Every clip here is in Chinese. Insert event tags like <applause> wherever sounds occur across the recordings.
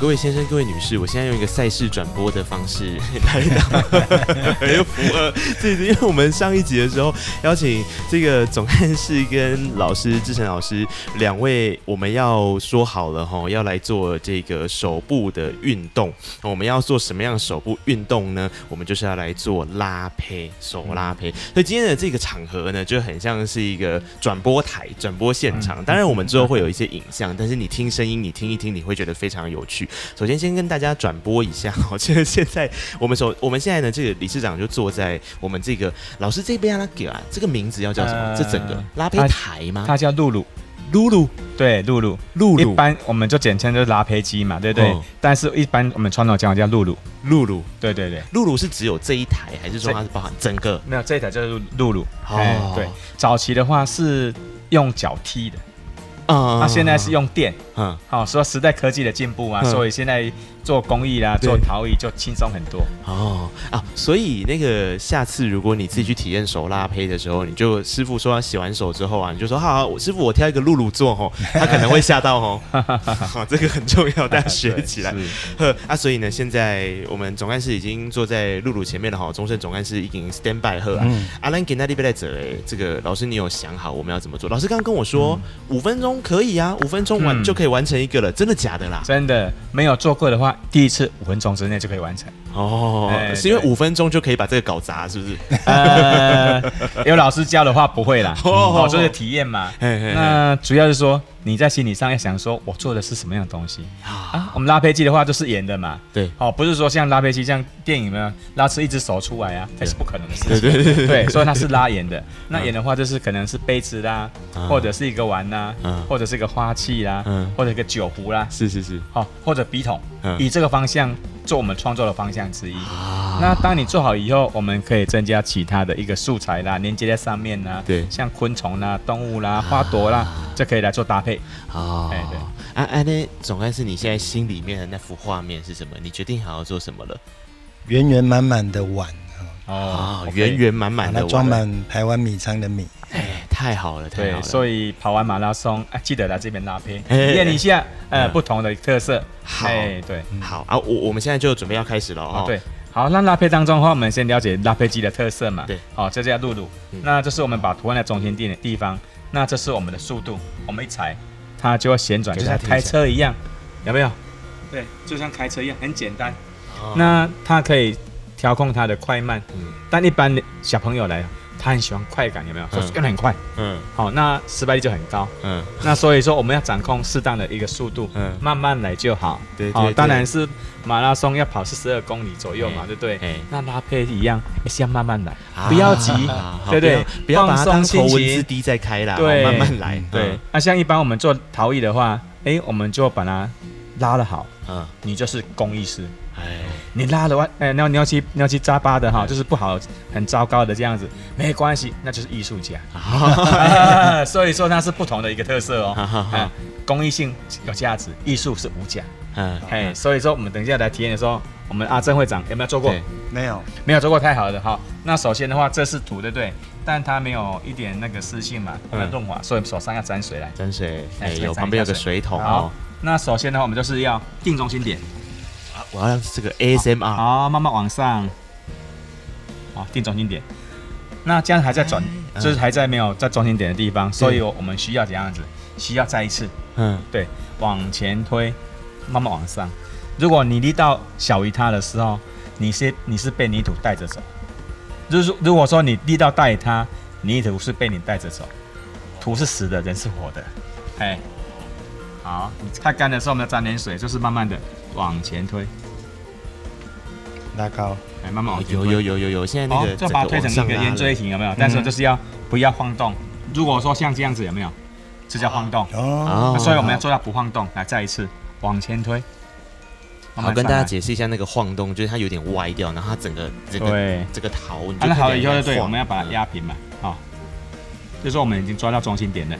各位先生、各位女士，我现在用一个赛事转播的方式 <laughs> 来到又符合这因为我们上一集的时候邀请这个总干事跟老师志成老师两位，我们要说好了哈，要来做这个手部的运动。我们要做什么样的手部运动呢？我们就是要来做拉胚，手拉胚。所以今天的这个场合呢，就很像是一个转播台、转播现场。当然，我们之后会有一些影像，但是你听声音，你听一听，你会觉得非常有趣。首先，先跟大家转播一下哦，就是现在我们手，我们现在呢，这个理事长就坐在我们这个老师这边啊，给啊，这个名字要叫什么？呃这整个拉胚台吗？它叫露露，露露，对，露露，露一露，般我们就简称就是拉胚机嘛，对不对？嗯但是一般我们传统讲法叫露露，露露，对对对。露露是只有这一台，还是说这它是包含整个？没有这一台叫露露露，哦哎、对，早期的话是用脚踢的，啊那、现在是用电，嗯。好、说时代科技的进步啊，嗯所以现在做工艺啦、对做陶艺就轻松很多。哦啊，所以那个下次如果你自己去体验手拉胚的时候，你就师傅说要洗完手之后啊，你就说好好，我师傅我挑一个露露做吼，他可能会吓到 <laughs> 吼哦，这个很重要，大家学起来。是呵 <laughs> 啊，所以呢，现在我们总干事已经坐在露露前面了哈，中盛总干事已经 stand by 呵啊。嗯阿兰给那里边来走哎，这个老师你有想好我们要怎么做？老师刚刚跟我说五、分钟可以啊，五分钟完嗯就可以完成一个了，真的假的啦？真的没有做过的话，第一次五分钟之内就可 <laughs> 以完成。哦，哎是因为对五分钟就可以把这个搞砸，是不是？呃，有老师教的话不会啦，哦哦，就是体验嘛。嘿嘿嘿那主要是说你在心理上要想说，我做的是什么样的东西啊，啊？我们拉胚机的话都是演的嘛，对，哦，不是说像拉胚机像电影呢，拉出一只手出来啊，那是不可能的事情。对对对对对，所以它是拉演 <laughs> 的。那演的话就是可能是杯子啦，啊或者是一个碗啦嗯，或者是一个花器啦嗯，或者一个酒壶啦，是是是哦，或者笔筒嗯，以这个方向做我们创作的方向之一。啊那当你做好以后，我们可以增加其他的一个素材啦，连接在上面啦，对啊像昆虫啦、动物啦、花朵啦，这可以来做搭配。哦哎对啊啊，那总该是你现在心里面的那幅画面是什么？你决定好要做什么了圆圆满满的碗啊？啊，哦 OK 圆。圆满把满它的，装，满台湾米仓的米。哎，太好了，太好对，了。所以跑完马拉松，啊，记得来这边拉胚，哎体验一下，呃，嗯不同的特色。好哎对，好啊，我我们现在就准备要开始了哦哦。对。好，那拉胚当中的话，我们先了解拉胚机的特色嘛。对。嗯好，这叫露露。那这是我们把图案在中心点的地方，那这是我们的速度，我们一踩，它就会旋转，给就大家听像一开下车一样，有没有？对，就像开车一样，很简单。哦，那它可以调控它的快慢，嗯但一般的小朋友来，他很喜欢快感，有没有？嗯说用的很快，嗯好、那失败率就很高。嗯那所以说，我们要掌控适当的一个速度，嗯慢慢来就好。对对好、对当然是马拉松要跑是十二公里左右嘛，哎对不对？哎那拉胚一样，也是要慢慢来，啊不要急，好对不对？不要把它当放松头心文字情。 D 再开啦，对慢慢来嗯。对嗯，那、像一般我们做陶艺的话，哎，我们就把它拉的好，嗯，你就是工艺师。哎，你拉了外，哎、你要你要去你要去扎巴的哈，就是不好，很糟糕的这样子，没关系，那就是艺术家。啊 <laughs> 所以说它是不同的一个特色哦。好好好啊，公益性有价值，艺术是无价。嗯，哎，所以说我们等一下来体验的时候，我们阿珍会长有没有做过？对没有，没有做过太好了哈。那首先的话，这是土对不对？但它没有一点那个湿性嘛，它没有润滑，所以手上要沾水来。沾水，哎哎，这个有沾旁边有一下个水桶好哦。，那首先的话，我们就是要定中心点。啊我要让这个 ASMR 好，慢慢往上，好，定中心点。那这样还在转，哎就是还在没有在中心点的地方，所以我我们需要怎样子？需要再一次，嗯对，往前推，慢慢往上。如果你力道小于它的时候，你是你是被泥土带着走。就是如果说你力道大于它，泥土是被你带着走，土是死的，人是活的。哎，好，你太干的时候，我们要沾点水，就是慢慢的往前推，拉高，哎，慢慢往哦前推。有有有有有，现在那哦个，就整把它个推往成上一个拉圆了锥。形，有没有？但是嗯就是要不要晃动。如果说像这样子，有没有？这叫晃动。哦哦那啊所以我们要做到不晃动。来，再一次往前推。慢慢好，跟大家上来。解释一下那个晃动，就是它有点歪掉，然后它整个这个对，这个桃，你就按看好起了来以后，很就对，晃我们要把它嗯压平嘛。好，就是我们已经抓到中心点了，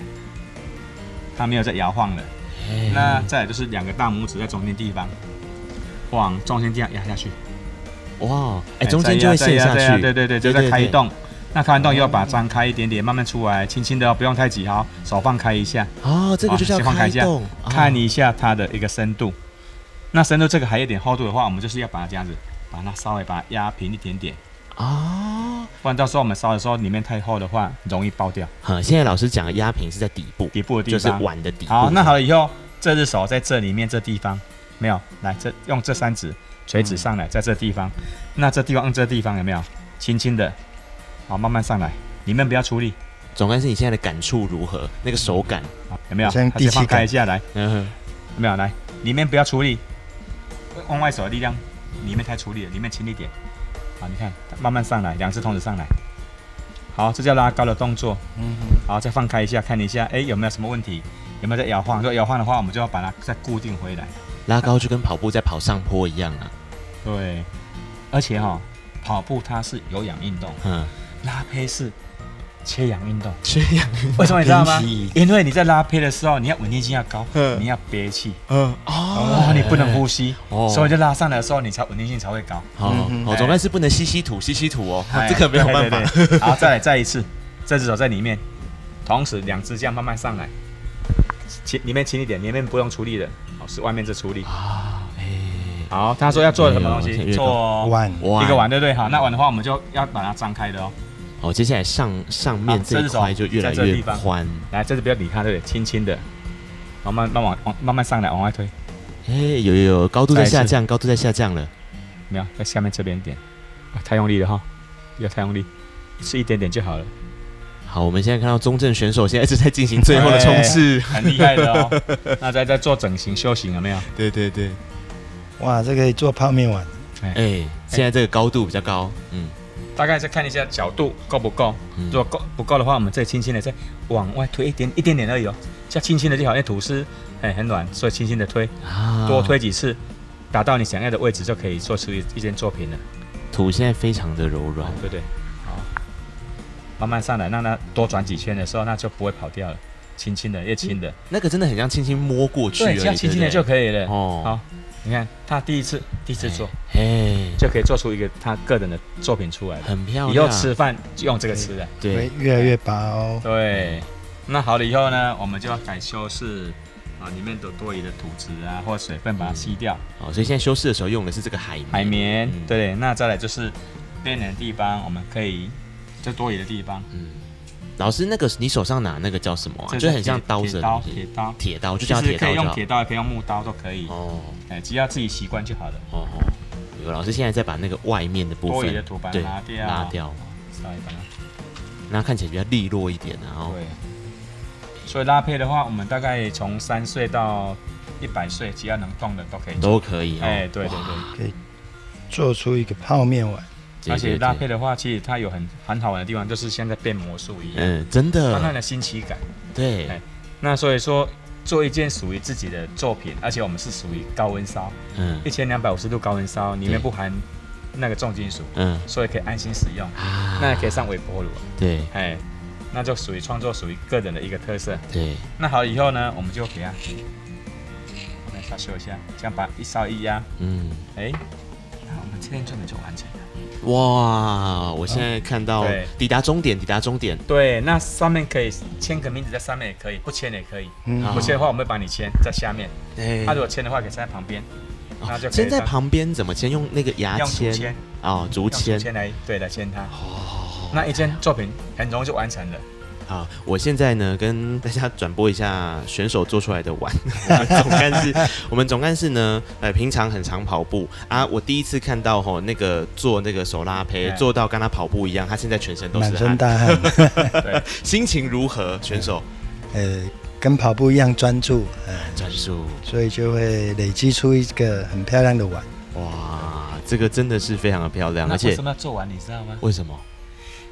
它没有在摇晃了。哎那再来就是两个大拇指在中间地方，往中心地方压下去。哇，哎，中间就会再压陷下再压去，对对对，就在开一，洞。那开完洞以后，哦把它张开一点点，慢慢出来，轻轻的哦，不用太急哈，手放开一下，哦，这个就叫先放开开一下洞，看你一下它的一个深度。那深度这个还有点厚度的话，我们就是要把它这样子，把它稍微把它压平一点点，哦，不然到时候我们烧的时候里面太厚的话，容易爆掉。好，现在老师讲的压平是在底部，底部的地就是方。碗的底部。好，那好了以后，这只手在这里面这地方没有，来这用这三指垂直上来，在这地方，那这地方用这地方有没有？轻轻的，好，慢慢上来，里面不要出力，总干事，你现在的感触如何？那个手感，好有没有？好像它第就七放开感一下来，嗯，有没有？来，里面不要出力，用外手的力量，里面太出力了，里面轻一点。好，你看，慢慢上来，两只同时上来。好，这叫拉高的动作。嗯哼，好，再放开一下，看一下，哎，有没有什么问题？有没有在摇晃？如果摇晃的话，我们就要把它再固定回来。拉高就跟跑步在跑上坡一样啊，对，而且哈、跑步它是有氧运动，嗯，拉胚是缺氧运动。这样，为什么你知道吗偏西？因为你在拉胚的时候，你要稳定性要高，嗯你要憋气，嗯，哦哦，，你不能呼吸，哦所以就拉上来的时候，你才稳定性才会高。好嗯哼好，哎总干事不能吸吸土，吸吸土哦哎，这个没有办法。对对对好，再来再一次，这只手在里面，同时两只这样慢慢上来，轻里面轻一点，里面不用出力的，好是外面这出力。啊，哎，好，他说要做什么东哎呦西？越高做碗哇一个碗，对不对？好，那碗的话，我们就要把它张开的哦。哦，接下来上上面好这一这是块手就越来在这个越地方宽，来，这次不要理它，对不对？轻轻的，慢慢慢慢往慢慢上来，往外推，哎，有有有，高度在再一次下降，高度在下降了，没有，在下面这边一点，啊太用力了哈，不要太用力，是一点点就好了，好，我们现在看到中正选手现在是在进行最后的冲刺，很厉害的哦。那在在做整形修行有没有？ <laughs> 对对对，哇，这可以做泡面碗，哎，现在这个高度比较高，嗯，大概再看一下角度够不够，嗯如果够不够的话，我们再轻轻的再往外推一点一点点而已哦，这样轻轻的就好，因为吐司哎很软，所以轻轻的推，啊多推几次，达到你想要的位置就可以做出一一件作品了。土现在非常的柔软，对不对？好，慢慢上来，让它多转几圈的时候，那就不会跑掉了。轻轻的，越轻的，那个真的很像轻轻摸过去而已，这样轻轻的对就不可以了。对哦，好，你看他第一次第一次做，哎，就可以做出一个他个人的作品出来了。很漂亮，以后吃饭就用这个吃的。对会，越来越薄。哦对，那好了以后呢，我们就要改修饰啊，里面的多余的土质啊或水分把它吸掉，哦，所以现在修饰的时候用的是这个海绵，海绵。嗯对，那再来就是边缘的地方，我们可以就多余的地方，嗯，老师，那个你手上拿那个叫什么啊？这就是很像铁刀子铁的刀，东铁西，刀。铁刀，就其叫它实铁可以刀就用好铁。刀，也可以用木刀，都可以。哦哎，只要自己习惯就好了。哦哦，有老师现在在把那个外面的部分多余的土把它对拿掉拿掉，稍微把它然后看起来比较利落一点，啊哦然后对。所以拉胚的话，我们大概从三岁到一百岁，只要能动的都可以做。都可以哦。哎，对对哇对。做出一个泡面碗，对而且对拉对胚的话，其实它有很很好玩的地方，就是像在变魔术一样，嗯，真慢慢的，的新奇感。对，啊哎那所以说，做一件属于自己的作品，而且我们是属于高温烧，嗯一千两百五十度高温烧，里面对不含那个重金属，嗯所以可以安心使用。啊那也可以上微波炉。对哎，那就属于创作，属于个人的一个特色。对，那好，以后呢，我们就给它，我们稍修一下，这样把一烧一压，嗯，哎，那我们这天真的就完成了。哇，我现在看到嗯对抵达终点，抵达终点，对，那上面可以签个名字在上面也可以，不签也可以。嗯，好不签的话，我们会帮你签在下面。哎哦那、如果签的话，可以签在旁边，那就可以先在当旁边怎么签？用那个牙用竹签签，哦，竹用竹签。签来对来签它。哦那一件作品很容易就完成了。好，我现在呢跟大家转播一下选手做出来的碗。我们 <laughs> 总干事，我们总干事呢，呃，平常很常跑步啊。我第一次看到吼、那个做那个手拉胚，哎做到跟他跑步一样，他现在全身都满是身汗，大 <laughs> 汗，对，心情如何？选手呃，跟跑步一样专注，呃，战术，所以就会累积出一个很漂亮的碗。哇，这个真的是非常的漂亮，那而为且什么要做完？你知道吗？为什么？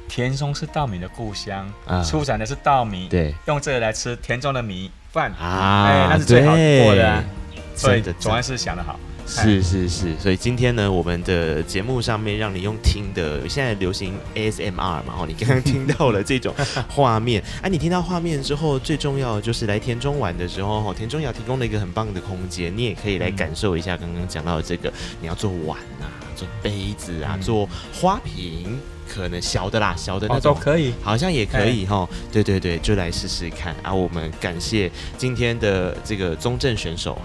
田中是稻米的故乡，啊出产的是稻米，对用这个来吃田中的米饭，啊，哎那是最好过的啊对所以真的总还是想得好。是是是，所以今天呢，我们的节目上面让你用听的，现在流行 ASMR 嘛，哦，你刚刚听到了这种画面，哎、啊，你听到画面之后，最重要的就是来田中玩的时候，哦，田中瑶提供了一个很棒的空间，你也可以来感受一下刚刚讲到的这个，你要做碗啊，做杯子啊，嗯做花瓶，可能小的啦，小的那哦，种都可以。好像也可以哈，对对对，就来试试看啊！我们感谢今天的这个宗正选手，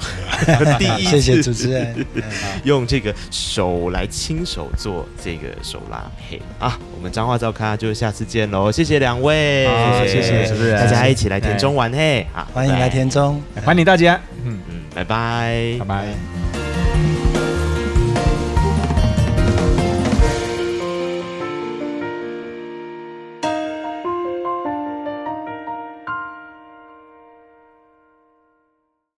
第 <laughs> 一次谢谢主持人，嗯 <laughs> 用这个手来亲手做这个手拉胚啊！我们彰化照咖就下次见喽，谢谢两位，好谢谢主持人大家一起来田中玩嘿，好，欢迎拜拜来，田中，欢迎大家，嗯，嗯，拜拜拜。拜。